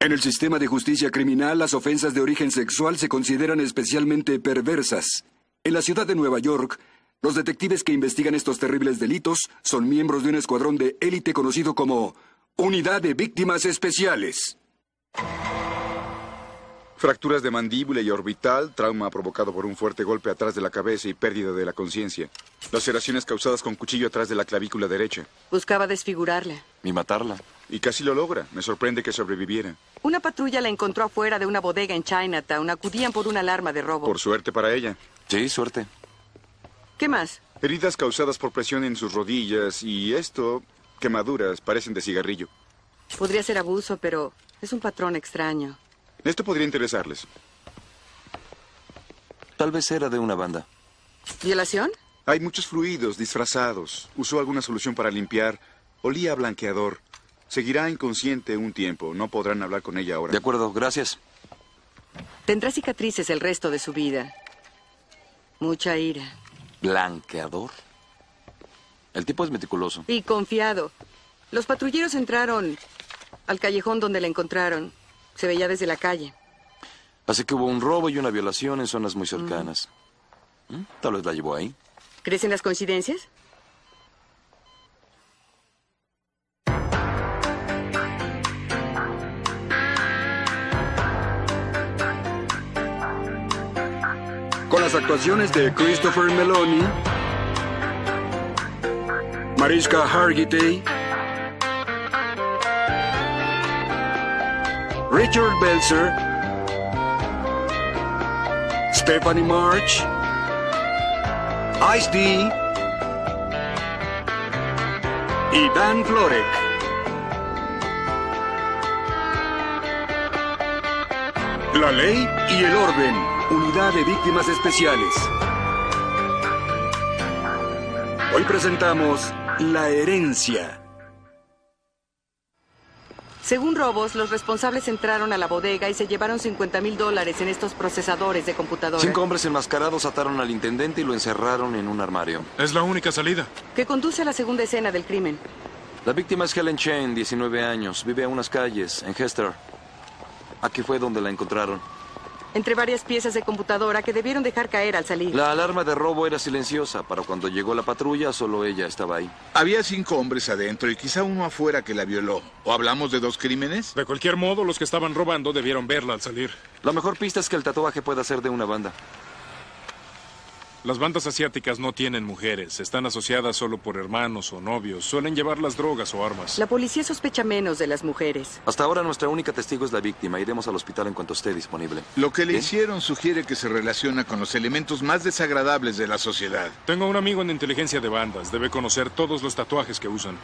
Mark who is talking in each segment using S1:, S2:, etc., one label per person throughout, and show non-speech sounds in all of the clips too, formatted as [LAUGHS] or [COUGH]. S1: En el sistema de justicia criminal, las ofensas de origen sexual se consideran especialmente perversas. En la ciudad de Nueva York, los detectives que investigan estos terribles delitos son miembros de un escuadrón de élite conocido como Unidad de Víctimas Especiales.
S2: Fracturas de mandíbula y orbital, trauma provocado por un fuerte golpe atrás de la cabeza y pérdida de la conciencia. Laceraciones causadas con cuchillo atrás de la clavícula derecha.
S3: Buscaba desfigurarla.
S2: Y matarla. Y casi lo logra. Me sorprende que sobreviviera.
S3: Una patrulla la encontró afuera de una bodega en Chinatown. Acudían por una alarma de robo.
S2: Por suerte para ella. Sí, suerte.
S3: ¿Qué más?
S2: Heridas causadas por presión en sus rodillas y esto, quemaduras, parecen de cigarrillo.
S3: Podría ser abuso, pero es un patrón extraño.
S2: Esto podría interesarles.
S4: Tal vez era de una banda.
S3: ¿Violación?
S2: Hay muchos fluidos disfrazados. Usó alguna solución para limpiar. Olía a blanqueador. Seguirá inconsciente un tiempo. No podrán hablar con ella ahora.
S4: De acuerdo, gracias.
S3: Tendrá cicatrices el resto de su vida. Mucha ira.
S4: ¿Blanqueador? El tipo es meticuloso.
S3: Y confiado. Los patrulleros entraron al callejón donde la encontraron. Se veía desde la calle.
S4: Así que hubo un robo y una violación en zonas muy cercanas. ¿Mm? Tal vez la llevó ahí.
S3: ¿Crecen las coincidencias?
S1: Con las actuaciones de Christopher Meloni, Mariska Hargitay, Richard Belzer, Stephanie March, Ice D y Dan Florek. La ley y el orden. Unidad de Víctimas Especiales. Hoy presentamos La Herencia.
S3: Según robos, los responsables entraron a la bodega y se llevaron 50 mil dólares en estos procesadores de computadora.
S4: Cinco hombres enmascarados ataron al intendente y lo encerraron en un armario.
S5: Es la única salida.
S3: Que conduce a la segunda escena del crimen.
S4: La víctima es Helen Chen, 19 años. Vive a unas calles, en Hester. Aquí fue donde la encontraron.
S3: Entre varias piezas de computadora que debieron dejar caer al salir.
S4: La alarma de robo era silenciosa. Para cuando llegó la patrulla, solo ella estaba ahí.
S6: Había cinco hombres adentro y quizá uno afuera que la violó. ¿O hablamos de dos crímenes?
S5: De cualquier modo, los que estaban robando debieron verla al salir.
S4: La mejor pista es que el tatuaje pueda ser de una banda.
S5: Las bandas asiáticas no tienen mujeres. Están asociadas solo por hermanos o novios. Suelen llevar las drogas o armas.
S3: La policía sospecha menos de las mujeres.
S4: Hasta ahora nuestra única testigo es la víctima. Iremos al hospital en cuanto esté disponible.
S6: Lo que le hicieron sugiere que se relaciona con los elementos más desagradables de la sociedad.
S5: Tengo un amigo en inteligencia de bandas. Debe conocer todos los tatuajes que usan.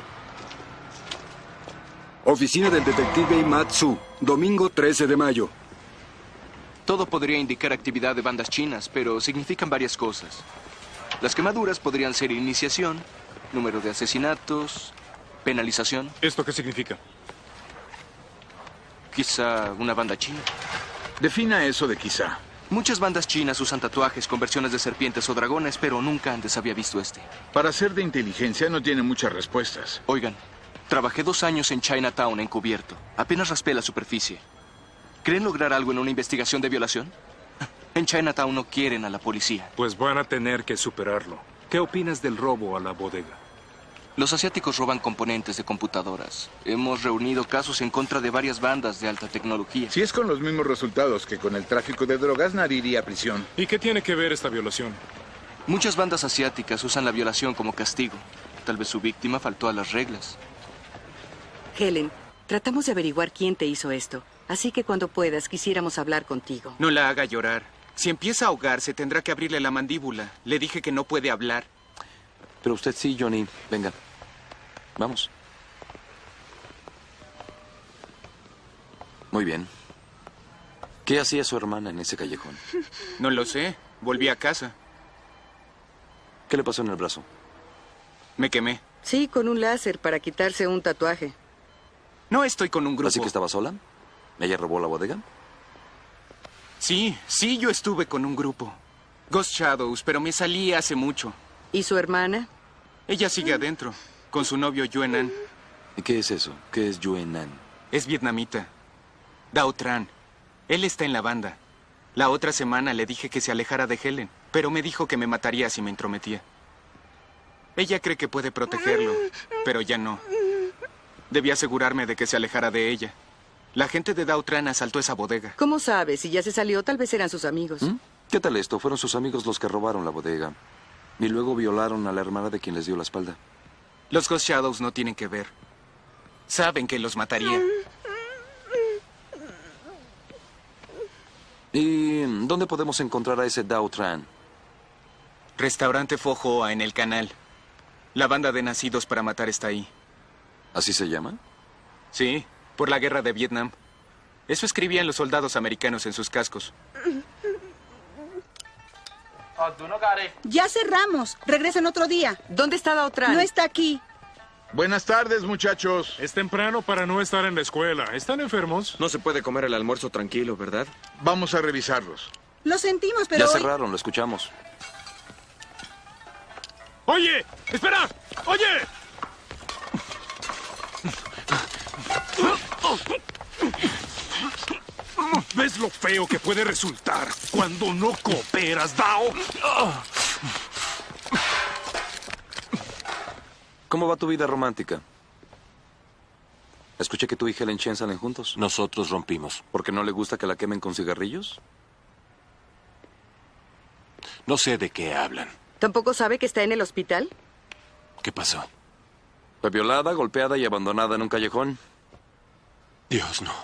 S1: Oficina del detective Matsu, domingo 13 de mayo.
S7: Todo podría indicar actividad de bandas chinas, pero significan varias cosas. Las quemaduras podrían ser iniciación, número de asesinatos, penalización.
S5: ¿Esto qué significa?
S7: Quizá una banda china.
S6: Defina eso de quizá.
S7: Muchas bandas chinas usan tatuajes con versiones de serpientes o dragones, pero nunca antes había visto este.
S6: Para ser de inteligencia no tiene muchas respuestas.
S7: Oigan, trabajé dos años en Chinatown encubierto. Apenas raspé la superficie. ¿Creen lograr algo en una investigación de violación? En Chinatown no quieren a la policía.
S5: Pues van a tener que superarlo. ¿Qué opinas del robo a la bodega?
S7: Los asiáticos roban componentes de computadoras. Hemos reunido casos en contra de varias bandas de alta tecnología.
S6: Si es con los mismos resultados que con el tráfico de drogas, nadie iría a prisión.
S5: ¿Y qué tiene que ver esta violación?
S7: Muchas bandas asiáticas usan la violación como castigo. Tal vez su víctima faltó a las reglas.
S3: Helen, tratamos de averiguar quién te hizo esto. Así que cuando puedas, quisiéramos hablar contigo.
S8: No la haga llorar. Si empieza a ahogarse, tendrá que abrirle la mandíbula. Le dije que no puede hablar.
S4: Pero usted sí, Johnny. Venga. Vamos. Muy bien. ¿Qué hacía su hermana en ese callejón?
S8: No lo sé. Volví a casa.
S4: ¿Qué le pasó en el brazo?
S8: Me quemé.
S3: Sí, con un láser para quitarse un tatuaje.
S8: No estoy con un grupo.
S4: ¿Así que estaba sola? ¿Ella robó la bodega?
S8: Sí, sí, yo estuve con un grupo. Ghost Shadows, pero me salí hace mucho.
S3: ¿Y su hermana?
S8: Ella sigue adentro, con su novio Yuenan.
S4: ¿Y qué es eso? ¿Qué es Yuenan?
S8: Es vietnamita. Dautran. Él está en la banda. La otra semana le dije que se alejara de Helen, pero me dijo que me mataría si me intrometía. Ella cree que puede protegerlo, pero ya no. Debí asegurarme de que se alejara de ella. La gente de Dautran asaltó esa bodega.
S3: ¿Cómo sabe? Si ya se salió, tal vez eran sus amigos.
S4: ¿Qué tal esto? Fueron sus amigos los que robaron la bodega. Y luego violaron a la hermana de quien les dio la espalda.
S8: Los Ghost Shadows no tienen que ver. Saben que los mataría.
S4: ¿Y dónde podemos encontrar a ese Dautran?
S8: Restaurante Fojoa en el canal. La banda de nacidos para matar está ahí.
S4: ¿Así se llama?
S8: Sí, por la guerra de Vietnam. Eso escribían los soldados americanos en sus cascos.
S9: Ya cerramos. Regresen otro día.
S3: ¿Dónde está Dautran?
S9: No está aquí.
S6: Buenas tardes, muchachos.
S5: Es temprano para no estar en la escuela. ¿Están enfermos?
S10: No se puede comer el almuerzo tranquilo, ¿verdad?
S6: Vamos a revisarlos.
S9: Lo sentimos, pero
S4: ya
S9: hoy...
S4: cerraron, lo escuchamos.
S5: ¡Oye! ¡Espera! ¡Oye! ¿Ves lo feo que puede resultar cuando no cooperas, Dao?
S4: ¿Cómo va tu vida romántica? Escuché que tú y Helen Chen salen juntos.
S10: Nosotros rompimos.
S4: ¿Porque no le gusta que la quemen con cigarrillos?
S10: No sé de qué hablan.
S3: ¿Tampoco sabe que está en el hospital?
S10: ¿Qué pasó?
S4: Fue violada, golpeada y abandonada en un callejón.
S10: Dios, no.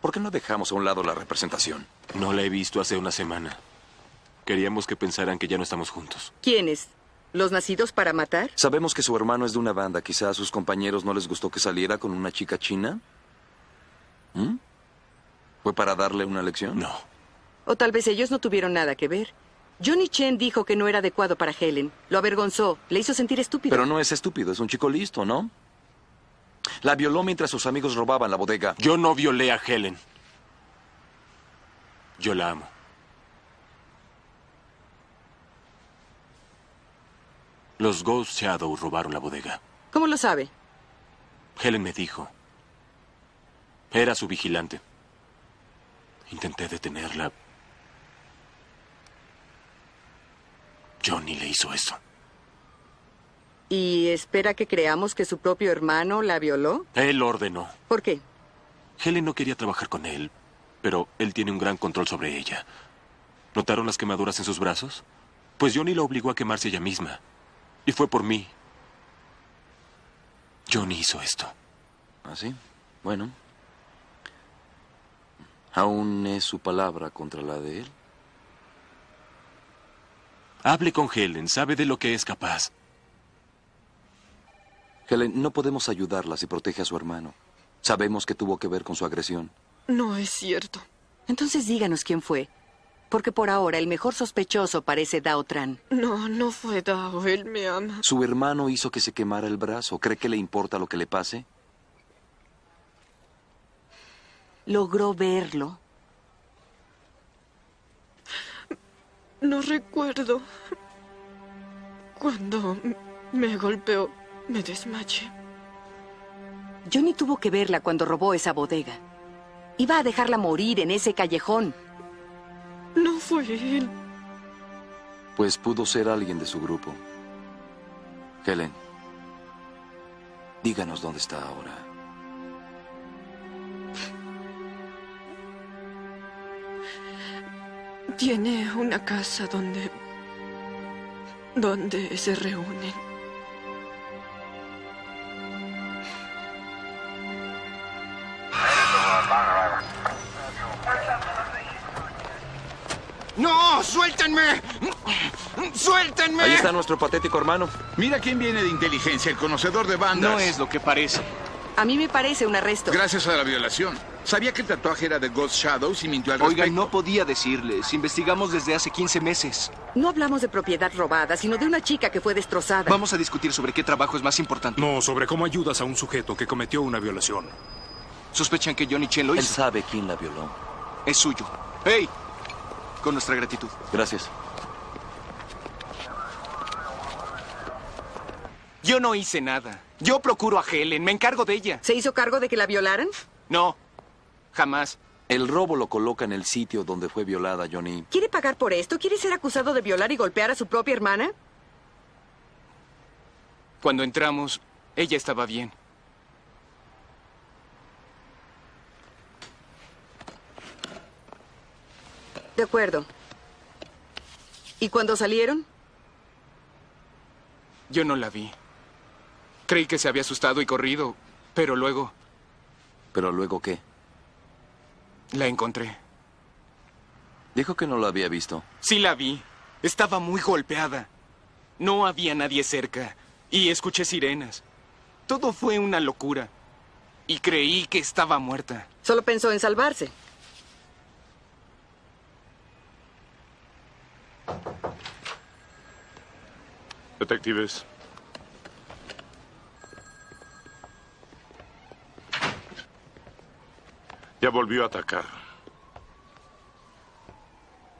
S4: ¿Por qué no dejamos a un lado la representación?
S10: No la he visto hace una semana. Queríamos que pensaran que ya no estamos juntos.
S3: ¿Quiénes? ¿Los nacidos para matar?
S4: Sabemos que su hermano es de una banda. Quizá a sus compañeros no les gustó que saliera con una chica china. ¿Mm? ¿Fue para darle una lección?
S10: No.
S3: O tal vez ellos no tuvieron nada que ver. Johnny Chen dijo que no era adecuado para Helen. Lo avergonzó, le hizo sentir estúpido.
S4: Pero no es estúpido, es un chico listo, ¿no? La violó mientras sus amigos robaban la bodega.
S10: Yo no violé a Helen. Yo la amo. Los Ghost Shadow robaron la bodega.
S3: ¿Cómo lo sabe?
S10: Helen me dijo. Era su vigilante. Intenté detenerla. Johnny le hizo eso.
S3: ¿Y espera que creamos que su propio hermano la violó?
S10: Él ordenó.
S3: ¿Por qué?
S10: Helen no quería trabajar con él, pero él tiene un gran control sobre ella. ¿Notaron las quemaduras en sus brazos? Pues Johnny la obligó a quemarse ella misma. Y fue por mí. Johnny hizo esto.
S4: ¿Ah, sí? Bueno. ¿Aún es su palabra contra la de él?
S10: Hable con Helen, sabe de lo que es capaz.
S4: Helen, no podemos ayudarla si protege a su hermano. Sabemos que tuvo que ver con su agresión.
S11: No es cierto.
S3: Entonces díganos quién fue. Porque por ahora el mejor sospechoso parece Dautran.
S11: No, no fue Dao. Él me ama.
S4: Su hermano hizo que se quemara el brazo. ¿Cree que le importa lo que le pase?
S3: Logró verlo.
S11: No recuerdo. Cuando me golpeó, me desmayé.
S3: Johnny tuvo que verla cuando robó esa bodega. Iba a dejarla morir en ese callejón.
S11: No fue él.
S4: Pues pudo ser alguien de su grupo. Helen, díganos dónde está ahora.
S11: Tiene una casa donde... donde se reúnen.
S8: ¡No! ¡Suéltenme! ¡Suéltenme!
S4: Ahí está nuestro patético hermano.
S6: Mira quién viene de inteligencia, el conocedor de bandas.
S7: No es lo que parece.
S3: A mí me parece un arresto.
S6: Gracias a la violación. Sabía que el tatuaje era de Ghost Shadows y mintió al respecto.
S7: Oigan, no podía decirles. Investigamos desde hace 15 meses.
S3: No hablamos de propiedad robada, sino de una chica que fue destrozada.
S7: Vamos a discutir sobre qué trabajo es más importante.
S5: No, sobre cómo ayudas a un sujeto que cometió una violación.
S7: Sospechan que Johnny Chen lo
S4: Él
S7: hizo.
S4: sabe quién la violó.
S7: Es suyo. ¡Hey! Con nuestra gratitud.
S4: Gracias.
S8: Yo no hice nada. Yo procuro a Helen, me encargo de ella.
S3: ¿Se hizo cargo de que la violaran?
S8: No. Jamás.
S4: El robo lo coloca en el sitio donde fue violada, Johnny.
S3: ¿Quiere pagar por esto? ¿Quiere ser acusado de violar y golpear a su propia hermana?
S8: Cuando entramos, ella estaba bien.
S3: De acuerdo. ¿Y cuando salieron?
S8: Yo no la vi. Creí que se había asustado y corrido, pero luego
S4: ¿Pero luego qué?
S8: la encontré.
S4: Dijo que no lo había visto.
S8: Sí la vi. Estaba muy golpeada. No había nadie cerca. Y escuché sirenas. Todo fue una locura. Y creí que estaba muerta.
S3: Solo pensó en salvarse.
S12: Detectives. Ya volvió a atacar.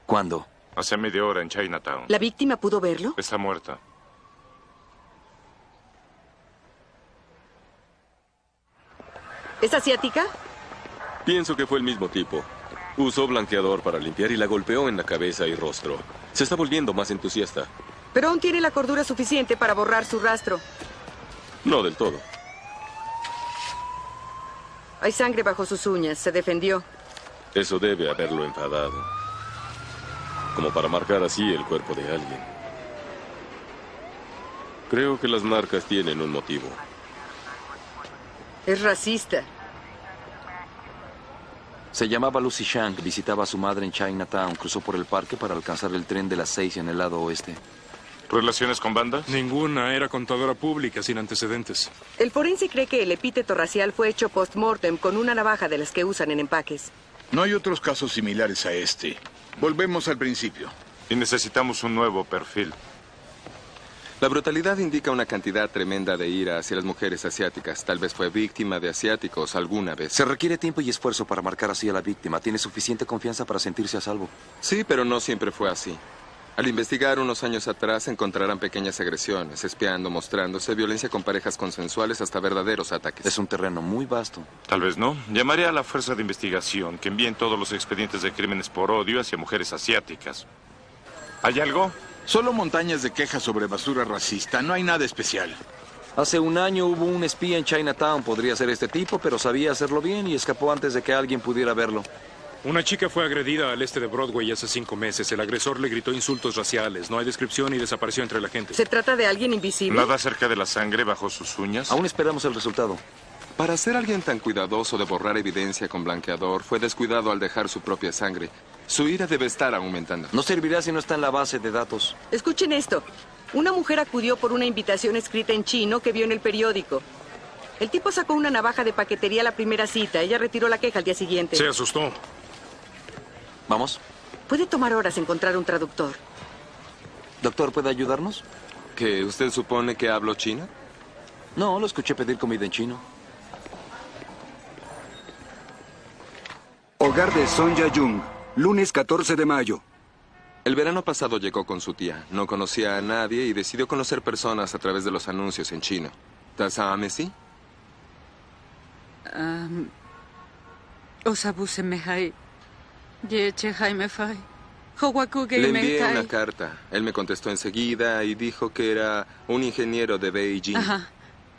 S4: ¿Cuándo?
S12: Hace media hora en Chinatown.
S3: ¿La víctima pudo verlo?
S12: Está muerta.
S3: ¿Es asiática?
S13: Pienso que fue el mismo tipo. Usó blanqueador para limpiar y la golpeó en la cabeza y rostro. Se está volviendo más entusiasta.
S3: Pero aún tiene la cordura suficiente para borrar su rastro.
S13: No del todo.
S3: Hay sangre bajo sus uñas. Se defendió.
S13: Eso debe haberlo enfadado. Como para marcar así el cuerpo de alguien. Creo que las marcas tienen un motivo.
S3: Es racista.
S4: Se llamaba Lucy Shank, visitaba a su madre en Chinatown, cruzó por el parque para alcanzar el tren de las seis en el lado oeste.
S12: ¿Relaciones con bandas?
S5: Ninguna. Era contadora pública sin antecedentes.
S3: El forense cree que el epíteto racial fue hecho post-mortem con una navaja de las que usan en empaques.
S6: No hay otros casos similares a este. Volvemos al principio.
S12: Y necesitamos un nuevo perfil.
S14: La brutalidad indica una cantidad tremenda de ira hacia las mujeres asiáticas. Tal vez fue víctima de asiáticos alguna vez.
S4: Se requiere tiempo y esfuerzo para marcar así a la víctima. Tiene suficiente confianza para sentirse a salvo.
S14: Sí, pero no siempre fue así. Al investigar unos años atrás encontrarán pequeñas agresiones, espiando, mostrándose, violencia con parejas consensuales hasta verdaderos ataques.
S4: Es un terreno muy vasto.
S12: Tal vez no. Llamaré a la fuerza de investigación que envíen todos los expedientes de crímenes por odio hacia mujeres asiáticas. ¿Hay algo?
S6: Solo montañas de quejas sobre basura racista. No hay nada especial.
S4: Hace un año hubo un espía en Chinatown. Podría ser este tipo, pero sabía hacerlo bien y escapó antes de que alguien pudiera verlo.
S5: Una chica fue agredida al este de Broadway hace cinco meses. El agresor le gritó insultos raciales. No hay descripción y desapareció entre la gente.
S3: ¿Se trata de alguien invisible?
S12: Nada acerca de la sangre bajo sus uñas.
S4: Aún esperamos el resultado.
S14: Para ser alguien tan cuidadoso de borrar evidencia con blanqueador, fue descuidado al dejar su propia sangre. Su ira debe estar aumentando.
S4: No servirá si no está en la base de datos.
S3: Escuchen esto. Una mujer acudió por una invitación escrita en chino que vio en el periódico. El tipo sacó una navaja de paquetería a la primera cita. Ella retiró la queja al día siguiente.
S5: Se asustó.
S4: ¿Vamos?
S3: Puede tomar horas encontrar un traductor.
S4: Doctor, ¿puede ayudarnos?
S14: ¿Que usted supone que hablo chino?
S4: No, lo escuché pedir comida en chino.
S1: Hogar de Sonja Jung, lunes 14 de mayo.
S14: El verano pasado llegó con su tía. No conocía a nadie y decidió conocer personas a través de los anuncios en chino. ¿Tasamesi?
S15: Um, osabu semehai. Yeche Jaime Fai. Howakuge
S14: Le envié
S15: Meitai.
S14: una carta. Él me contestó enseguida y dijo que era un ingeniero de Beijing.
S15: Ajá.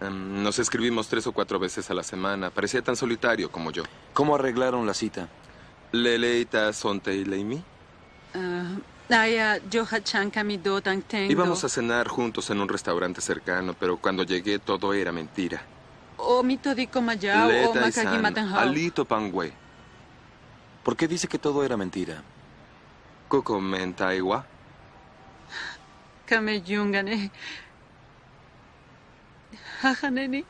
S14: Em, nos escribimos tres o cuatro veces a la semana. Parecía tan solitario como yo.
S4: ¿Cómo arreglaron la cita?
S14: Leleita Sontei Leimi.
S15: Ah, Naya Yohachan Kamido Tangteng.
S14: Íbamos a cenar juntos en un restaurante cercano, pero cuando llegué todo era mentira.
S15: O Mitodiko Mayao o
S14: Leta
S15: Makagi
S14: Isan,
S15: Matanhao.
S14: Alito Pangwe.
S4: ¿Por qué dice que todo era mentira?
S14: Coco Mentaiwa.
S15: Kameyungane. Hajaneni.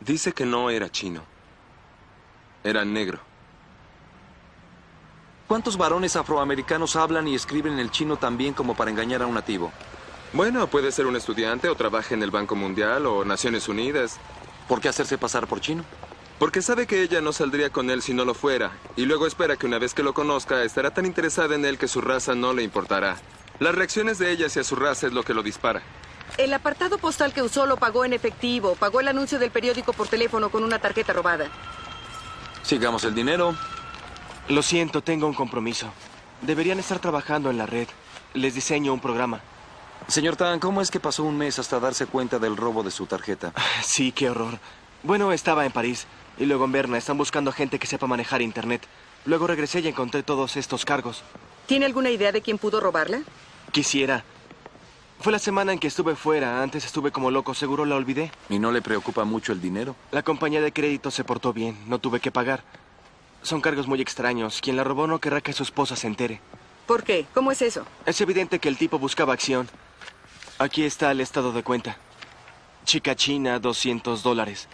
S14: Dice que no era chino. Era negro.
S4: ¿Cuántos varones afroamericanos hablan y escriben el chino tan bien como para engañar a un nativo?
S14: Bueno, puede ser un estudiante o trabaja en el Banco Mundial o Naciones Unidas.
S4: ¿Por qué hacerse pasar por chino?
S14: Porque sabe que ella no saldría con él si no lo fuera, y luego espera que una vez que lo conozca estará tan interesada en él que su raza no le importará. Las reacciones de ella hacia su raza es lo que lo dispara.
S3: El apartado postal que usó lo pagó en efectivo. Pagó el anuncio del periódico por teléfono con una tarjeta robada.
S4: Sigamos el dinero.
S16: Lo siento, tengo un compromiso. Deberían estar trabajando en la red. Les diseño un programa.
S4: Señor Tan, ¿cómo es que pasó un mes hasta darse cuenta del robo de su tarjeta?
S16: Ah, Sí, qué horror. Bueno, estaba en París y luego en Berna. Están buscando a gente que sepa manejar Internet. Luego regresé y encontré todos estos cargos.
S3: ¿Tiene alguna idea de quién pudo robarla?
S16: Quisiera. Fue la semana en que estuve fuera. Antes estuve como loco. Seguro la olvidé.
S4: ¿Y no le preocupa mucho el dinero?
S16: La compañía de crédito se portó bien. No tuve que pagar. Son cargos muy extraños. Quien la robó no querrá que su esposa se entere.
S3: ¿Por qué? ¿Cómo es eso?
S16: Es evidente que el tipo buscaba acción. Aquí está el estado de cuenta. Chica china, 200 dólares.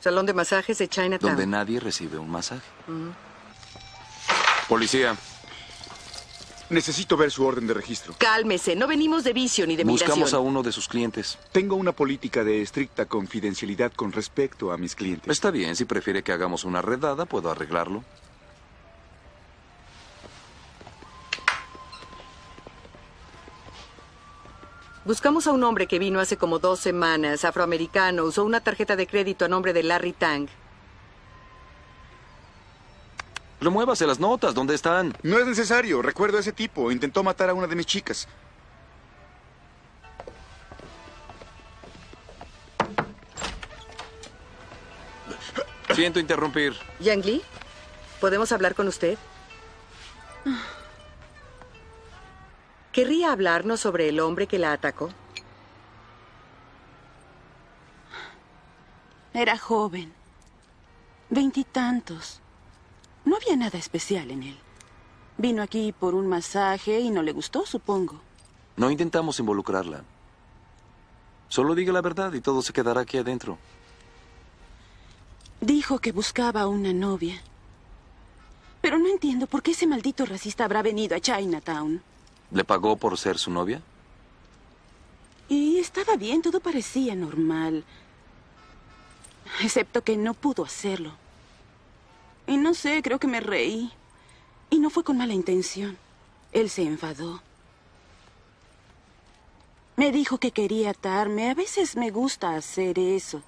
S3: Salón de masajes de Chinatown.
S4: Donde nadie recibe un masaje.
S3: Mm.
S2: Policía. Necesito ver su orden de registro.
S3: Cálmese, no venimos de vicio ni de migración.
S4: Buscamos a uno de sus clientes.
S2: Tengo una política de estricta confidencialidad con respecto a mis clientes.
S4: Está bien, si prefiere que hagamos una redada, puedo arreglarlo.
S3: Buscamos a un hombre que vino hace como dos semanas, afroamericano, usó una tarjeta de crédito a nombre de Larry Tang.
S4: Lo muevas en las notas, ¿dónde están?
S2: No es necesario. Recuerdo a ese tipo. Intentó matar a una de mis chicas.
S4: Siento interrumpir.
S3: Yang Lee, ¿podemos hablar con usted? ¿Querría hablarnos sobre el hombre que la atacó?
S17: Era joven. Veintitantos. No había nada especial en él. Vino aquí por un masaje y no le gustó, supongo.
S4: No intentamos involucrarla. Solo diga la verdad y todo se quedará aquí adentro.
S17: Dijo que buscaba una novia. Pero no entiendo por qué ese maldito racista habrá venido a Chinatown.
S4: ¿Le pagó por ser su novia?
S17: Y estaba bien, todo parecía normal. Excepto que no pudo hacerlo. Y no sé, creo que me reí. Y no fue con mala intención. Él se enfadó. Me dijo que quería atarme. A veces me gusta hacer eso.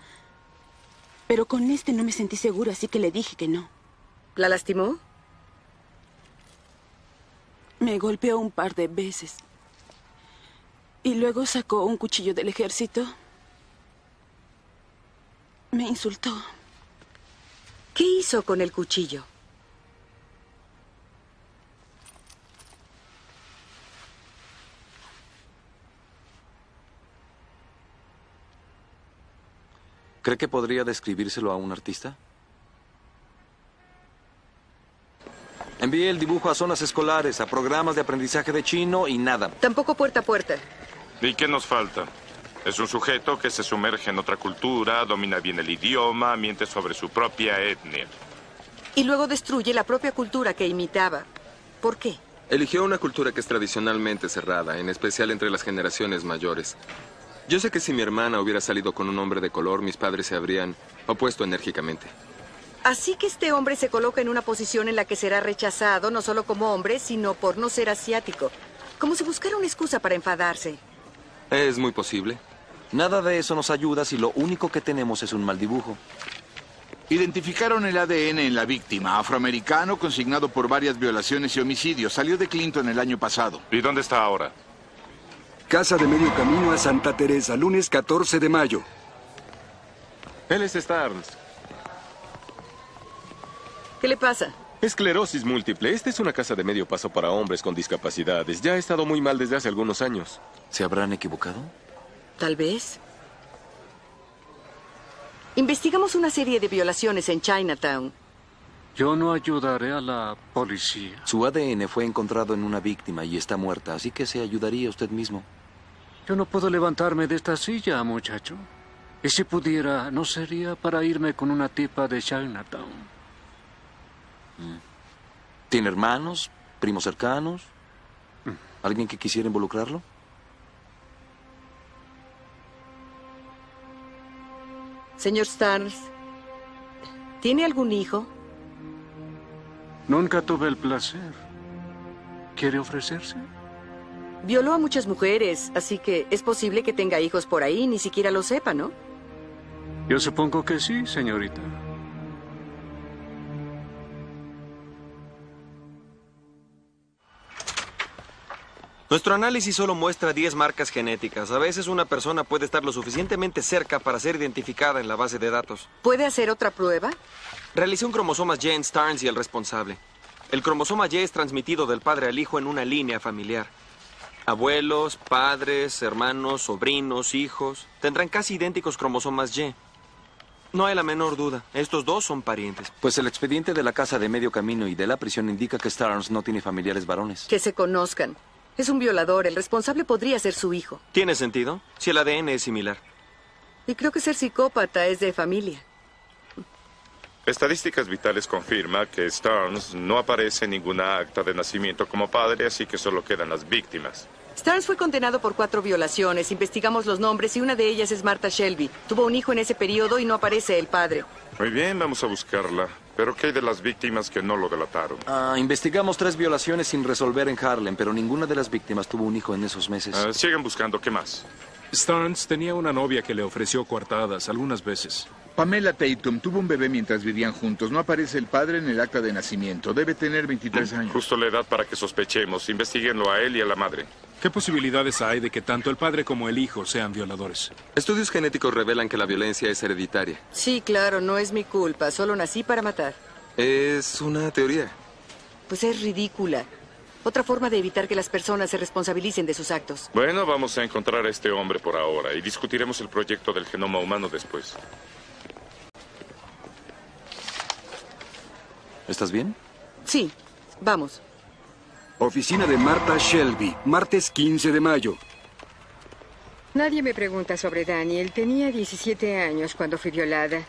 S17: Pero con este no me sentí segura, así que le dije que no.
S3: ¿La lastimó?
S17: Me golpeó un par de veces. Y luego sacó un cuchillo del ejército. Me insultó.
S3: ¿Qué hizo con el cuchillo?
S4: ¿Cree que podría describírselo a un artista? Envié el dibujo a zonas escolares, a programas de aprendizaje de chino y nada.
S3: Tampoco puerta a puerta.
S12: ¿Y qué nos falta? Es un sujeto que se sumerge en otra cultura, domina bien el idioma, miente sobre su propia etnia.
S3: Y luego destruye la propia cultura que imitaba. ¿Por qué?
S14: Eligió una cultura que es tradicionalmente cerrada, en especial entre las generaciones mayores. Yo sé que si mi hermana hubiera salido con un hombre de color, mis padres se habrían opuesto enérgicamente.
S3: Así que este hombre se coloca en una posición en la que será rechazado no solo como hombre, sino por no ser asiático. Como si buscara una excusa para enfadarse.
S14: Es muy posible.
S4: Nada de eso nos ayuda si lo único que tenemos es un mal dibujo.
S6: Identificaron el ADN en la víctima, afroamericano, consignado por varias violaciones y homicidios. Salió de Clinton el año pasado.
S12: ¿Y dónde está ahora?
S1: Casa de Medio Camino a Santa Teresa, lunes 14 de mayo.
S13: Él es Starnes.
S3: ¿Qué le pasa?
S13: Esclerosis múltiple. Esta es una casa de medio paso para hombres con discapacidades. Ya ha estado muy mal desde hace algunos años.
S4: ¿Se habrán equivocado?
S3: Tal vez. Investigamos una serie de violaciones en Chinatown.
S18: Yo no ayudaré a la policía.
S4: Su ADN fue encontrado en una víctima y está muerta, así que se ayudaría usted mismo.
S18: Yo no puedo levantarme de esta silla, muchacho. Y si pudiera, no sería para irme con una tipa de Chinatown.
S4: ¿Tiene hermanos, primos cercanos? ¿Alguien que quisiera involucrarlo?
S3: Señor Starnes, ¿tiene algún hijo?
S18: Nunca tuve el placer. ¿Quiere ofrecerse?
S3: Violó a muchas mujeres, así que es posible que tenga hijos por ahí, ni siquiera lo sepa, ¿no?
S18: Yo supongo que sí, señorita.
S19: Nuestro análisis solo muestra 10 marcas genéticas. A veces una persona puede estar lo suficientemente cerca para ser identificada en la base de datos.
S3: ¿Puede hacer otra prueba?
S19: Realicé un cromosoma Y en Starnes y el responsable. El cromosoma Y es transmitido del padre al hijo en una línea familiar. Abuelos, padres, hermanos, sobrinos, hijos, tendrán casi idénticos cromosomas Y. No hay la menor duda, estos dos son parientes.
S4: Pues el expediente de la casa de medio camino y de la prisión indica que Starnes no tiene familiares varones.
S3: Que se conozcan. Es un violador, el responsable podría ser su hijo.
S19: ¿Tiene sentido? Si el ADN es similar.
S3: Y creo que ser psicópata es de familia.
S12: Estadísticas Vitales confirma que Starnes no aparece en ninguna acta de nacimiento como padre, así que solo quedan las víctimas.
S3: Starnes fue condenado por cuatro violaciones. Investigamos los nombres y una de ellas es Martha Shelby. Tuvo un hijo en ese periodo y no aparece el padre.
S12: Muy bien, vamos a buscarla. Pero ¿qué hay de las víctimas que no lo delataron?
S4: Ah, investigamos tres violaciones sin resolver en Harlem, pero ninguna de las víctimas tuvo un hijo en esos meses.
S12: Ah, sigan buscando, ¿qué más?
S5: Starnes tenía una novia que le ofreció coartadas algunas veces.
S6: Pamela Tatum tuvo un bebé mientras vivían juntos. No aparece el padre en el acta de nacimiento. Debe tener 23 años.
S12: Justo la edad para que sospechemos. Investíguenlo a él y a la madre.
S5: ¿Qué posibilidades hay de que tanto el padre como el hijo sean violadores?
S14: Estudios genéticos revelan que la violencia es hereditaria.
S3: Sí, claro, no es mi culpa. Solo nací para matar.
S14: Es una teoría.
S3: Pues es ridícula. Otra forma de evitar que las personas se responsabilicen de sus actos.
S12: Bueno, vamos a encontrar a este hombre por ahora y discutiremos el proyecto del genoma humano después.
S4: ¿Estás bien?
S3: Sí, vamos.
S1: Oficina de Marta Shelby, martes 15 de mayo.
S20: Nadie me pregunta sobre Daniel. Tenía 17 años cuando fui violada.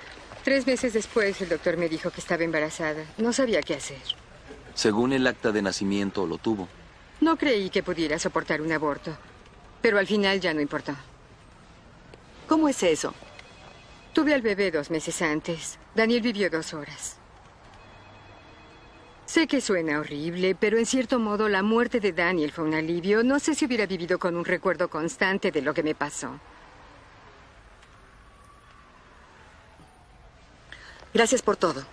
S20: Tres meses después el doctor me dijo que estaba embarazada. No sabía qué hacer.
S4: Según el acta de nacimiento, lo tuvo.
S20: No creí que pudiera soportar un aborto. Pero al final ya no importó.
S3: ¿Cómo es eso?
S20: Tuve al bebé dos meses antes. Daniel vivió dos horas. Sé que suena horrible, pero en cierto modo la muerte de Daniel fue un alivio. No sé si hubiera vivido con un recuerdo constante de lo que me pasó.
S3: Gracias por todo.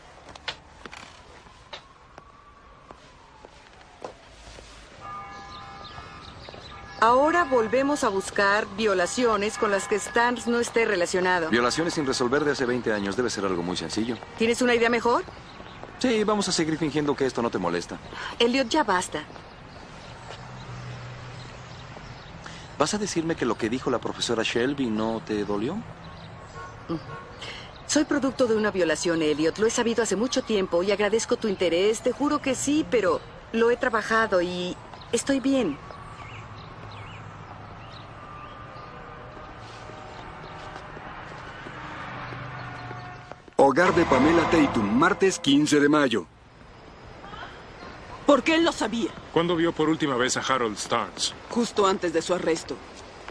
S3: Ahora volvemos a buscar violaciones con las que Stans no esté relacionado.
S4: Violaciones sin resolver de hace 20 años debe ser algo muy sencillo.
S3: ¿Tienes una idea mejor?
S4: Sí, vamos a seguir fingiendo que esto no te molesta.
S3: Elliot, ya basta.
S4: ¿Vas a decirme que lo que dijo la profesora Shelby no te dolió?
S3: Soy producto de una violación, Elliot. Lo he sabido hace mucho tiempo y agradezco tu interés. Te juro que sí, pero lo he trabajado y estoy bien.
S1: Hogar de Pamela Tatum, martes 15 de mayo.
S17: Porque él lo sabía,
S5: ¿Cuándo vio por última vez a Harold Starnes?
S17: justo antes de su arresto.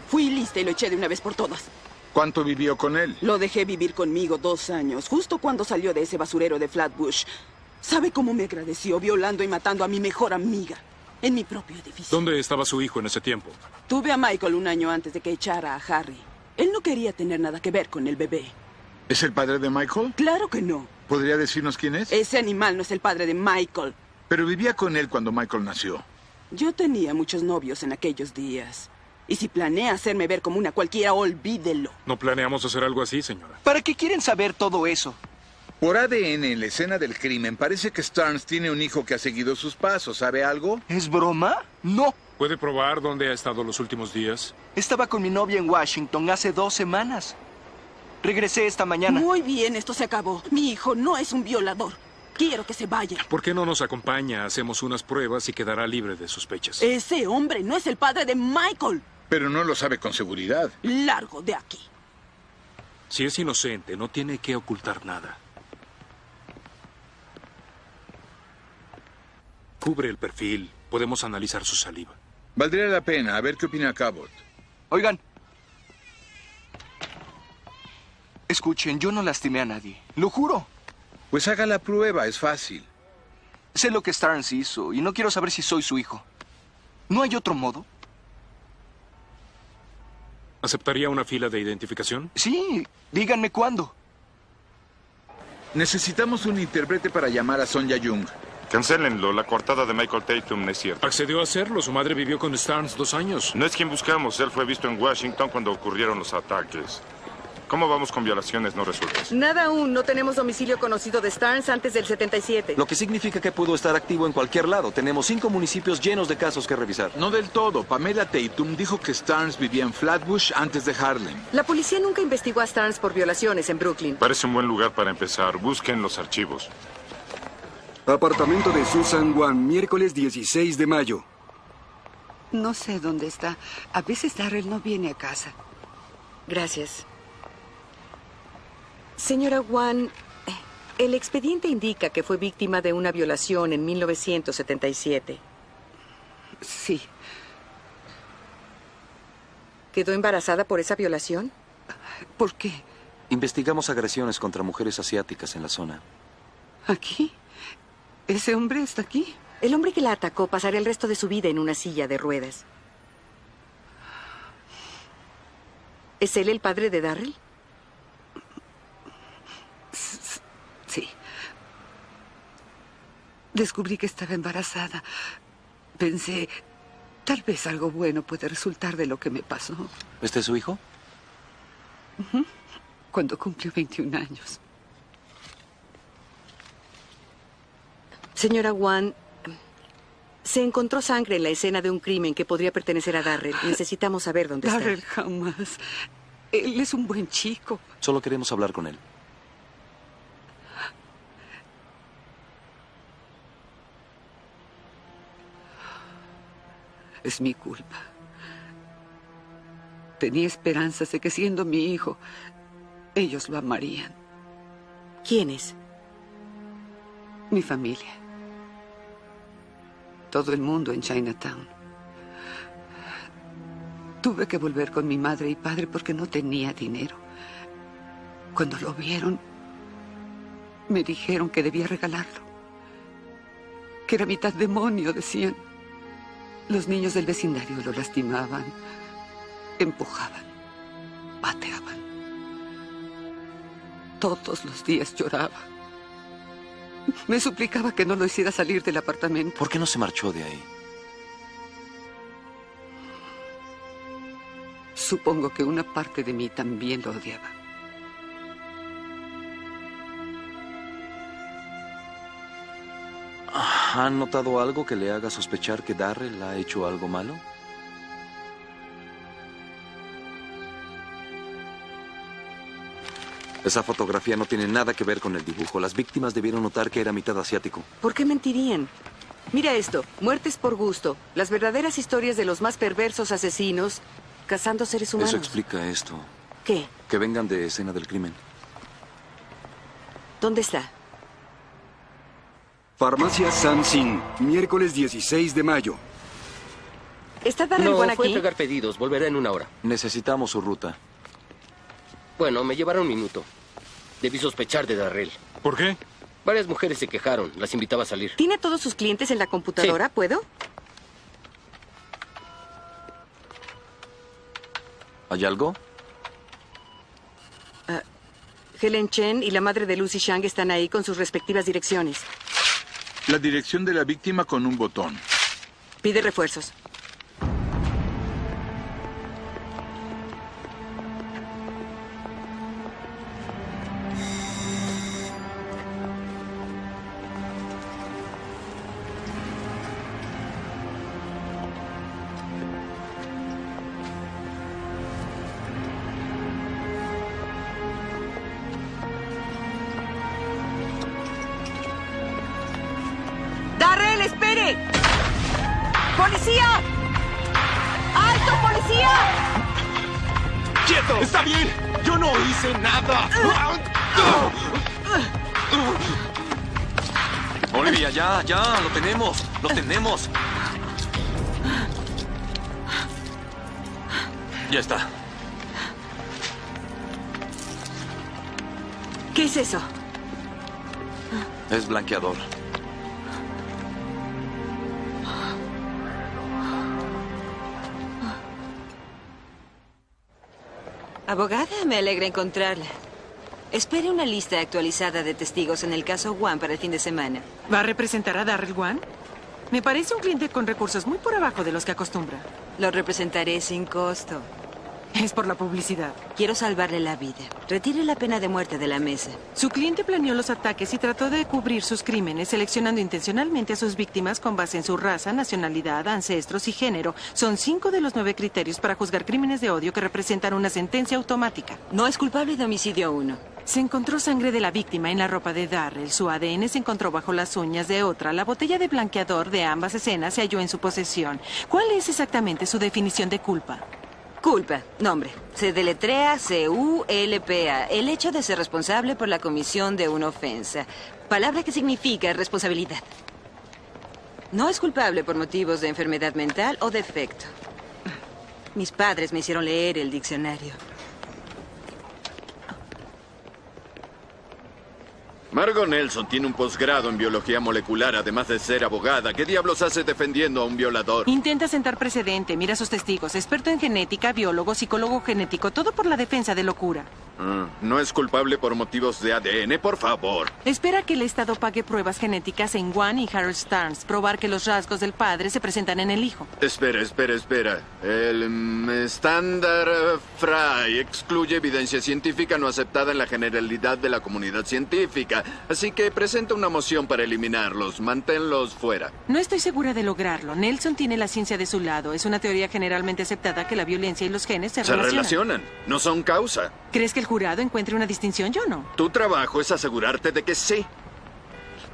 S17: Fui lista y lo eché de una vez por todas.
S6: ¿Cuánto vivió con él?
S17: Lo dejé vivir conmigo dos años, justo cuando salió de ese basurero de Flatbush. ¿Sabe cómo me agradeció violando y matando a mi mejor amiga? En mi propio edificio.
S5: ¿Dónde estaba su hijo en ese tiempo?
S17: Tuve a Michael un año antes de que echara a Harry. Él no quería tener nada que ver con el bebé.
S6: ¿Es el padre de Michael?
S17: Claro que no.
S6: ¿Podría decirnos quién es?
S17: Ese animal no es el padre de Michael.
S6: Pero vivía con él cuando Michael nació.
S17: Yo tenía muchos novios en aquellos días. Y si planea hacerme ver como una cualquiera, olvídelo.
S5: No planeamos hacer algo así, señora.
S7: ¿Para qué quieren saber todo eso?
S6: Por ADN en la escena del crimen, parece que Starnes tiene un hijo que ha seguido sus pasos. ¿Sabe algo?
S7: ¿Es broma? No.
S5: ¿Puede probar dónde ha estado los últimos días?
S7: Estaba con mi novia en Washington hace dos semanas. Regresé esta mañana.
S17: Muy bien, esto se acabó. Mi hijo no es un violador. Quiero que se vaya.
S5: ¿Por qué no nos acompaña? Hacemos unas pruebas y quedará libre de
S7: Pues-
S5: sospechas.
S17: Ese hombre no es el padre de Michael.
S6: Pero no lo sabe con seguridad.
S17: Largo de aquí.
S5: Si es inocente, no tiene que ocultar nada. Cubre el perfil. Podemos analizar su saliva.
S6: Valdría la pena. A ver qué opina Cabot.
S7: Oigan. Escuchen, yo no lastimé a nadie. Lo juro.
S6: Pues haga la prueba, es fácil.
S7: Sé lo que Starnes hizo y no quiero saber si soy su hijo. ¿No hay otro modo?
S5: ¿Aceptaría una fila de identificación?
S7: Sí, díganme cuándo.
S6: Necesitamos un intérprete para llamar a Sonia Jung.
S12: Cancélenlo, la cortada de Michael Tatum no es cierta.
S5: Accedió a hacerlo. Su madre vivió con Starnes dos años.
S12: No es quien buscamos. Él fue visto en Washington cuando ocurrieron los ataques. ¿Cómo vamos con violaciones no resueltas?
S3: Nada aún, no tenemos domicilio conocido de Starnes antes del 77.
S4: Lo que significa que pudo estar activo en cualquier lado. Tenemos cinco municipios llenos de casos que revisar.
S6: No del todo. Pamela Tatum dijo que Starnes vivía en Flatbush antes de Harlem.
S3: La policía nunca investigó a Starnes por violaciones en Brooklyn.
S12: Parece un buen lugar para empezar. Busquen los archivos.
S1: Apartamento de Susan Juan, miércoles 16 de mayo.
S21: No sé dónde está. A veces Darrell no viene a casa.
S3: Gracias. Señora Wan, el expediente indica que fue víctima de una violación en 1977.
S21: Sí.
S3: ¿Quedó embarazada por esa violación?
S21: ¿Por qué?
S4: Investigamos agresiones contra mujeres asiáticas en la zona.
S21: ¿Aquí? ¿Ese hombre está aquí?
S3: El hombre que la atacó pasará el resto de su vida en una silla de ruedas. ¿Es él el padre de Darrell?
S21: Sí. Descubrí que estaba embarazada. Pensé, tal vez algo bueno puede resultar de lo que me pasó.
S4: ¿Este es su hijo?
S21: Ujú. Cuando cumplió 21 años.
S3: Señora Wan, se encontró sangre en la escena de un crimen que podría pertenecer a Darrell. Necesitamos saber dónde está.
S21: Darrell jamás. Él es un buen chico.
S4: Solo queremos hablar con él.
S21: Es mi culpa. Tenía esperanzas de que siendo mi hijo, ellos lo amarían.
S3: ¿Quién es?
S21: Mi familia. Todo el mundo en Chinatown. Tuve que volver con mi madre y padre porque no tenía dinero. Cuando lo vieron, me dijeron que debía regalarlo. Que era mitad demonio, decían. Los niños del vecindario lo lastimaban, empujaban, pateaban. Todos los días lloraba. Me suplicaba que no lo hiciera salir del apartamento.
S4: ¿Por qué no se marchó de ahí?
S21: Supongo que una parte de mí también lo odiaba.
S4: ¿Ha notado algo que le haga sospechar que Darrell ha hecho algo malo? Esa fotografía no tiene nada que ver con el dibujo. Las víctimas debieron notar que era mitad asiático.
S3: ¿Por qué mentirían? Mira esto, muertes por gusto, las verdaderas historias de los más perversos asesinos cazando seres humanos.
S4: Eso explica esto.
S3: ¿Qué?
S4: Que vengan de escena del crimen.
S3: ¿Dónde está?
S1: Farmacia Samsung, miércoles 16 de mayo.
S3: ¿Está Darrell
S10: no,
S3: Wan
S10: fue a
S3: aquí?
S10: entregar pedidos. Volverá en una hora.
S4: Necesitamos su ruta.
S10: Bueno, me llevará un minuto. Debí sospechar de Darrell.
S5: ¿Por qué?
S10: Varias mujeres se quejaron. Las invitaba a salir.
S3: ¿Tiene a todos sus clientes en la computadora? ¿Puedo?
S4: ¿Hay algo?
S3: Helen Chen y la madre de Lucy Shang están ahí con sus respectivas direcciones.
S6: La dirección de la víctima con un botón.
S3: Pide refuerzos.
S22: ¡Darrell, espere! ¡Policía! ¡Alto, policía!
S7: ¡Quieto! ¡Está bien! ¡Yo no hice nada!
S4: Olivia, ya, ya, lo tenemos, lo tenemos. Ya está.
S3: ¿Qué es eso?
S4: Es blanqueador.
S23: Abogada, me alegra encontrarla.
S24: Espere una lista actualizada de testigos en el caso Juan para el fin de semana.
S25: ¿Va a representar a Darrell One? Me parece un cliente con recursos muy por abajo de los que acostumbra.
S24: Lo representaré sin costo.
S25: Es por la publicidad.
S24: Quiero salvarle la vida. Retire la pena de muerte de la mesa.
S25: Su cliente planeó los ataques y trató de cubrir sus crímenes, seleccionando intencionalmente a sus víctimas con base en su raza, nacionalidad, ancestros y género. Son cinco de los nueve criterios para juzgar crímenes de odio que representan una sentencia automática.
S24: No es culpable de homicidio 1.
S25: Se encontró sangre de la víctima en la ropa de Darrell. Su ADN se encontró bajo las uñas de otra. La botella de blanqueador de ambas escenas se halló en su posesión. ¿Cuál es exactamente su definición de culpa?
S24: Culpa, nombre. Se deletrea C-U-L-P-A. El hecho de ser responsable por la comisión de una ofensa. Palabra que significa responsabilidad. No es culpable por motivos de enfermedad mental o defecto. Mis padres me hicieron leer el diccionario.
S26: Margot Nelson tiene un posgrado en biología molecular, además de ser abogada. ¿Qué diablos hace defendiendo a un violador?
S25: Intenta sentar precedente, mira a sus testigos, experto en genética, biólogo, psicólogo genético, todo por la defensa de locura.
S26: Mm, no es culpable por motivos de ADN, por favor.
S25: Espera que el Estado pague pruebas genéticas en Juan y Harold Starnes, probar que los rasgos del padre se presentan en el hijo.
S26: Espera, espera, espera. El mm, estándar eh, Fry excluye evidencia científica no aceptada en la generalidad de la comunidad científica, así que presenta una moción para eliminarlos. Manténlos fuera.
S25: No estoy segura de lograrlo. Nelson tiene la ciencia de su lado. Es una teoría generalmente aceptada que la violencia y los genes se,
S26: Se relacionan, no son causa.
S25: ¿Crees que el jurado encuentre una distinción? Yo no.
S26: Tu trabajo es asegurarte de que sí.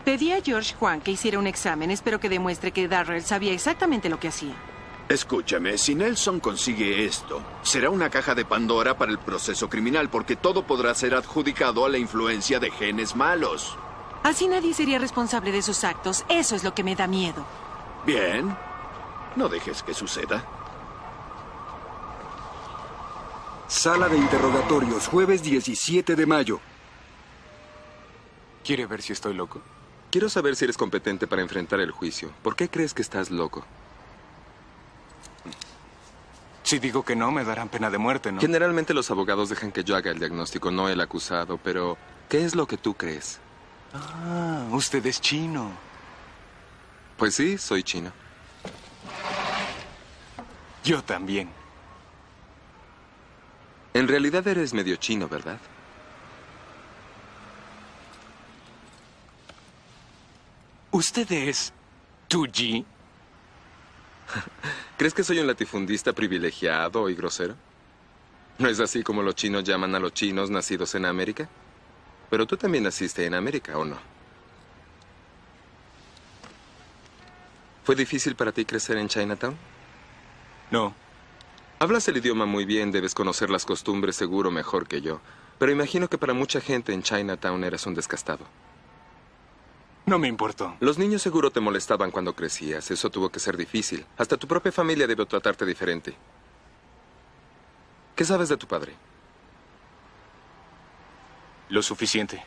S25: Pedí a George Juan que hiciera un examen. Espero que demuestre que Darrell sabía exactamente lo que hacía.
S26: Escúchame, si Nelson consigue esto, será una caja de Pandora para el proceso criminal porque todo podrá ser adjudicado a la influencia de genes malos.
S25: Así nadie sería responsable de sus actos. Eso es lo que me da miedo.
S26: Bien, no dejes que suceda.
S1: Sala de interrogatorios, jueves 17 de mayo.
S7: ¿Quiere ver si estoy loco?
S14: Quiero saber si eres competente para enfrentar el juicio. ¿Por qué crees que estás loco?
S7: Si digo que no, me darán pena de muerte, ¿no?
S14: Generalmente los abogados dejan que yo haga el diagnóstico, no el acusado, pero ¿qué es lo que tú crees?
S7: Ah, usted es chino.
S14: Pues sí, soy chino.
S7: Yo también.
S14: En realidad eres medio chino, ¿verdad?
S7: ¿Usted es Tuji?
S14: [LAUGHS] ¿Crees que soy un latifundista privilegiado y grosero? ¿No es así como los chinos llaman a los chinos nacidos en América? Pero tú también naciste en América, ¿o no? ¿Fue difícil para ti crecer en Chinatown?
S7: No.
S14: Hablas el idioma muy bien, debes conocer las costumbres seguro mejor que yo. Pero imagino que para mucha gente en Chinatown eras un descastado.
S7: No me importó.
S14: Los niños seguro te molestaban cuando crecías. Eso tuvo que ser difícil. Hasta tu propia familia debió tratarte diferente. ¿Qué sabes de tu padre?
S7: Lo suficiente.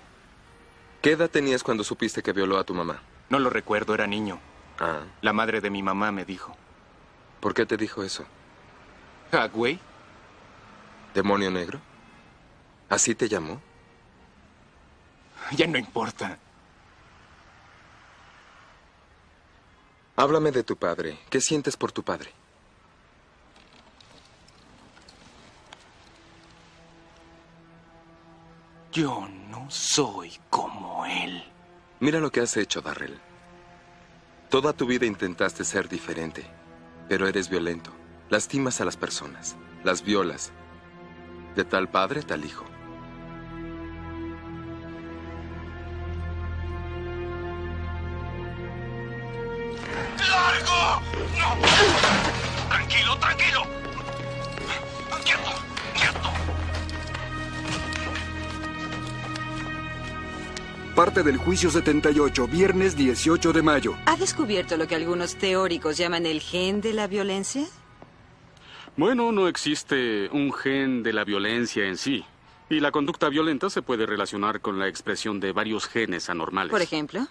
S14: ¿Qué edad tenías cuando supiste que violó a tu mamá?
S7: No lo recuerdo, era niño.
S14: Ah,
S7: La madre de mi mamá me dijo. Ah,
S14: ¿por qué te dijo eso?
S7: ¿Hathaway?
S14: ¿Demonio negro? ¿Así te llamó?
S7: Ya no importa.
S14: Háblame de tu padre. ¿Qué sientes por tu padre?
S7: Yo no soy como él.
S14: Mira lo que has hecho, Darrell. Toda tu vida intentaste ser diferente, pero eres violento. Lastimas a las personas, las violas. De tal padre, tal hijo.
S23: ¡Largo! ¡No! ¡Tranquilo, tranquilo! ¡Quieto, quieto!
S1: Parte del juicio 78, viernes 18 de mayo.
S24: ¿Ha descubierto lo que algunos teóricos llaman el gen de la violencia?
S9: Bueno, no existe un gen de la violencia en sí. Y la conducta violenta se puede relacionar con la expresión de varios genes anormales.
S24: Por ejemplo,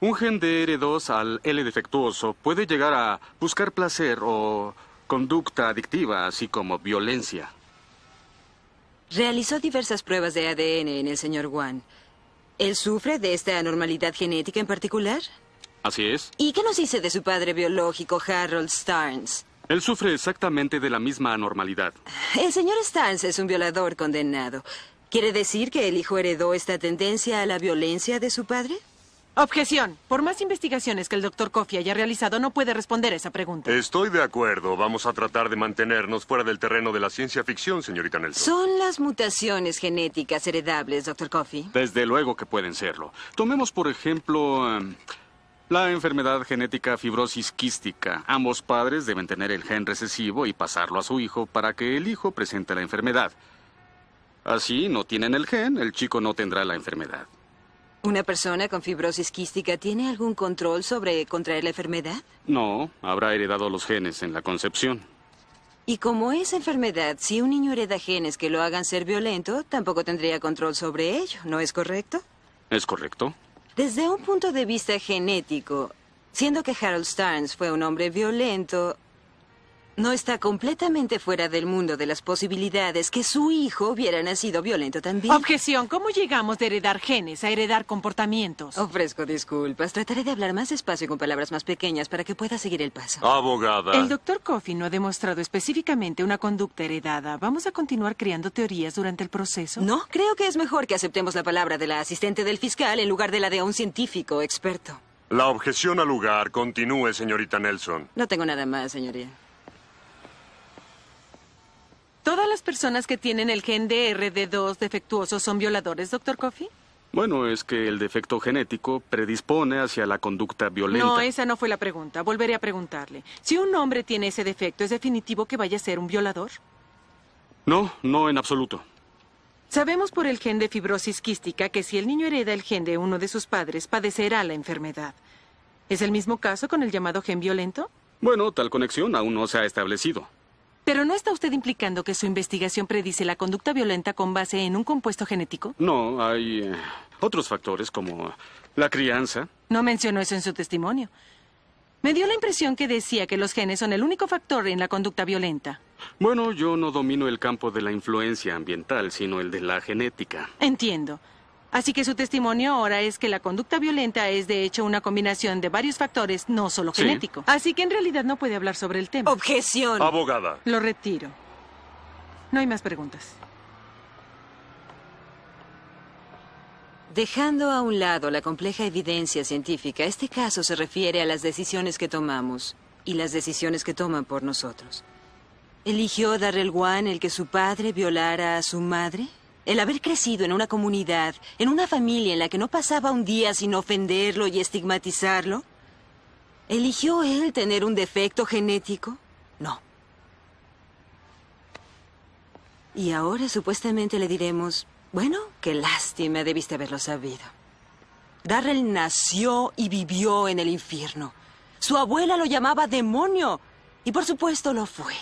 S9: Un gen de R2 al L defectuoso puede llegar a buscar placer o conducta adictiva, así como violencia.
S24: Realizó diversas pruebas de ADN en el señor Wan. ¿Él sufre de esta anormalidad genética en particular?
S9: Así es.
S24: ¿Y qué nos dice de su padre biológico, Harold Starnes?
S9: Él sufre exactamente de la misma anormalidad.
S24: El señor Starnes es un violador condenado. ¿Quiere decir que el hijo heredó esta tendencia a la violencia de su padre?
S25: Objeción. Por más investigaciones que el doctor Coffey haya realizado, no puede responder a esa pregunta.
S2: Estoy de acuerdo. Vamos a tratar de mantenernos fuera del terreno de la ciencia ficción, señorita Nelson.
S24: Son las mutaciones genéticas heredables, doctor Coffey.
S9: Desde luego que pueden serlo. Tomemos, por ejemplo, em, la enfermedad genética fibrosis quística. Ambos padres deben tener el gen recesivo y pasarlo a su hijo para que el hijo presente la enfermedad. Así no tienen el gen, el chico no tendrá la enfermedad.
S24: ¿Una persona con fibrosis quística tiene algún control sobre contraer la enfermedad?
S9: No, habrá heredado los genes en la concepción.
S24: Y como es enfermedad, si un niño hereda genes que lo hagan ser violento, tampoco tendría control sobre ello, ¿no es correcto?
S9: ¿Es correcto?
S24: Desde un punto de vista genético, siendo que Harold Starnes fue un hombre violento, no está completamente fuera del mundo de las posibilidades que su hijo hubiera nacido violento también.
S25: Objeción. ¿Cómo llegamos de heredar genes a heredar comportamientos?
S24: Ofrezco disculpas. Trataré de hablar más despacio y con palabras más pequeñas para que pueda seguir el paso.
S2: Abogada.
S25: El doctor Coffey no ha demostrado específicamente una conducta heredada. ¿Vamos a continuar creando teorías durante el proceso?
S24: No, creo que es mejor que aceptemos la palabra de la asistente del fiscal en lugar de la de un científico experto.
S2: La objeción al lugar continúe, señorita Nelson.
S24: No tengo nada más, señoría.
S25: ¿Todas las personas que tienen el gen de RD2 defectuoso son violadores, doctor Coffey?
S9: Bueno, es que el defecto genético predispone hacia la conducta violenta.
S25: No, esa no fue la pregunta. Volveré a preguntarle. Si un hombre tiene ese defecto, ¿es definitivo que vaya a ser un violador?
S9: No, no en absoluto.
S25: Sabemos por el gen de fibrosis quística que si el niño hereda el gen de uno de sus padres, padecerá la enfermedad. ¿Es el mismo caso con el llamado gen violento?
S9: Bueno, tal conexión aún no se ha establecido.
S25: ¿Pero no está usted implicando que su investigación predice la conducta violenta con base en un compuesto genético?
S9: No, hay eh, otros factores como la crianza.
S25: No mencionó eso en su testimonio. Me dio la impresión que decía que los genes son el único factor en la conducta violenta.
S9: Bueno, yo no domino el campo de la influencia ambiental, sino el de la genética.
S25: Entiendo. Así que su testimonio ahora es que la conducta violenta es de hecho una combinación de varios factores, no solo
S9: Sí.
S25: genético. Así que en realidad no puede hablar sobre el tema. Objeción.
S2: Abogada.
S25: Lo retiro. No hay más preguntas.
S24: Dejando a un lado la compleja evidencia científica, este caso se refiere a las decisiones que tomamos y las decisiones que toman por nosotros. ¿Eligió Darrell Wan el que su padre violara a su madre? El haber crecido en una comunidad, en una familia en la que no pasaba un día sin ofenderlo y estigmatizarlo. ¿Eligió él tener un defecto genético? No. Y ahora supuestamente le diremos, bueno, qué lástima, debiste haberlo sabido. Darrell nació y vivió en el infierno. Su abuela lo llamaba demonio. Y por supuesto lo fue.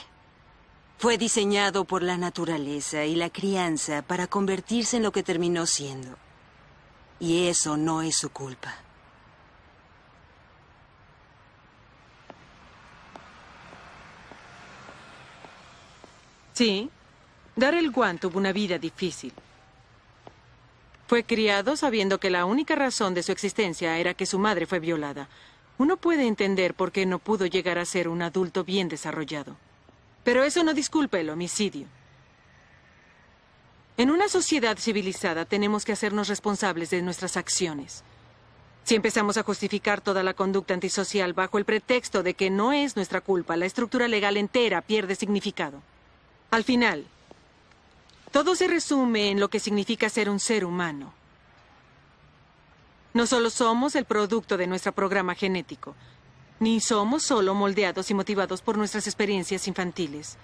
S24: Fue diseñado por la naturaleza y la crianza para convertirse en lo que terminó siendo. Y eso no es su culpa.
S25: Sí. Darrell Wan tuvo una vida difícil. Fue criado sabiendo que la única razón de su existencia era que su madre fue violada. Uno puede entender por qué no pudo llegar a ser un adulto bien desarrollado. Pero eso no disculpa el homicidio. En una sociedad civilizada tenemos que hacernos responsables de nuestras acciones. Si empezamos a justificar toda la conducta antisocial bajo el pretexto de que no es nuestra culpa, la estructura legal entera pierde significado. Al final, todo se resume en lo que significa ser un ser humano. No solo somos el producto de nuestro programa genético, ni somos solo moldeados y motivados por nuestras experiencias infantiles.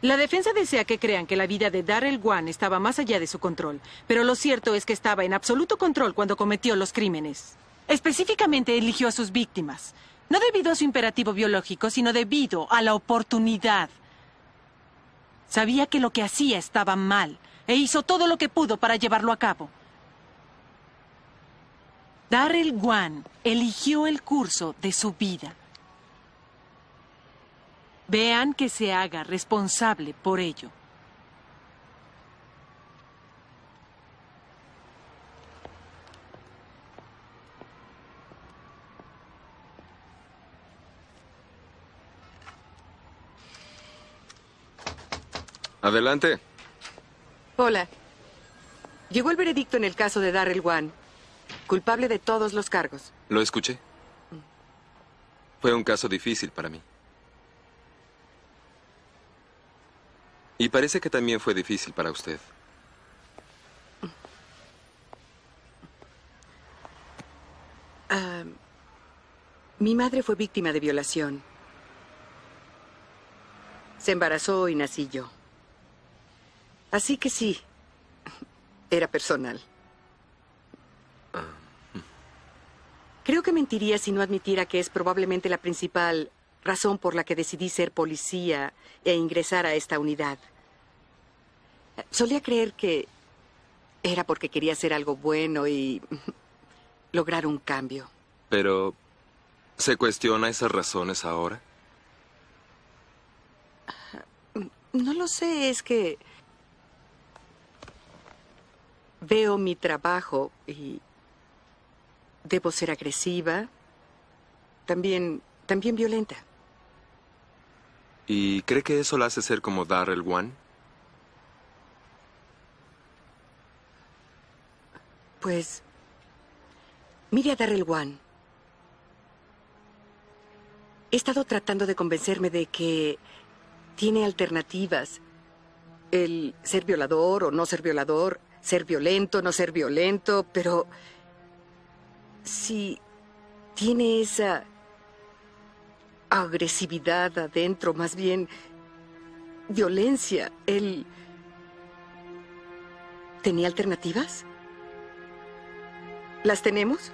S25: La defensa desea que crean que la vida de Darrell Wan estaba más allá de su control, pero lo cierto es que estaba en absoluto control cuando cometió los crímenes. Específicamente eligió a sus víctimas, no debido a su imperativo biológico, sino debido a la oportunidad. Sabía que lo que hacía estaba mal e hizo todo lo que pudo para llevarlo a cabo. Darrell Wan eligió el curso de su vida. Vean que se haga responsable por ello.
S14: Adelante.
S3: Hola. Llegó el veredicto en el caso de Darrell Wan, culpable de todos los cargos.
S14: Lo escuché. Fue un caso difícil para mí. Y parece que también fue difícil para usted.
S3: Ah, mi madre fue víctima de violación. Se embarazó y nací yo. Así que sí, era personal. Creo que mentiría si no admitiera que es probablemente la principal razón por la que decidí ser policía e ingresar a esta unidad. Solía creer que era porque quería hacer algo bueno y lograr un cambio.
S14: Pero, ¿se cuestiona esas razones ahora?
S3: No lo sé, es que veo mi trabajo y debo ser agresiva, también, también violenta.
S14: ¿Y cree que eso la hace ser como Darrell One?
S3: Pues, mire a Darrell One. He estado tratando de convencerme de que tiene alternativas. El ser violador o no ser violador, ser violento, no ser violento, pero si tiene esa agresividad adentro, más bien violencia, él tenía alternativas. ¿Las tenemos?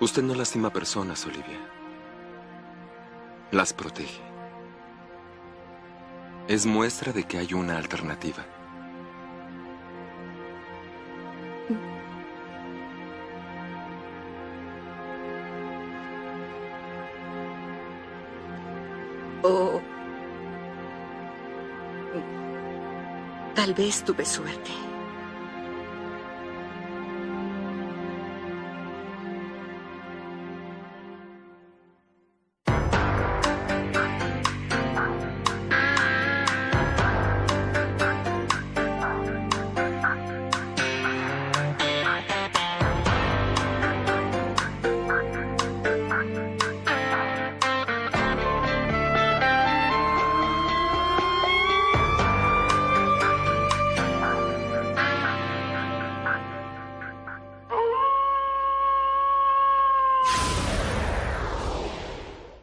S14: Usted no lastima personas, Olivia. Las protege. Es muestra de que hay una alternativa.
S3: O tal vez tuve suerte.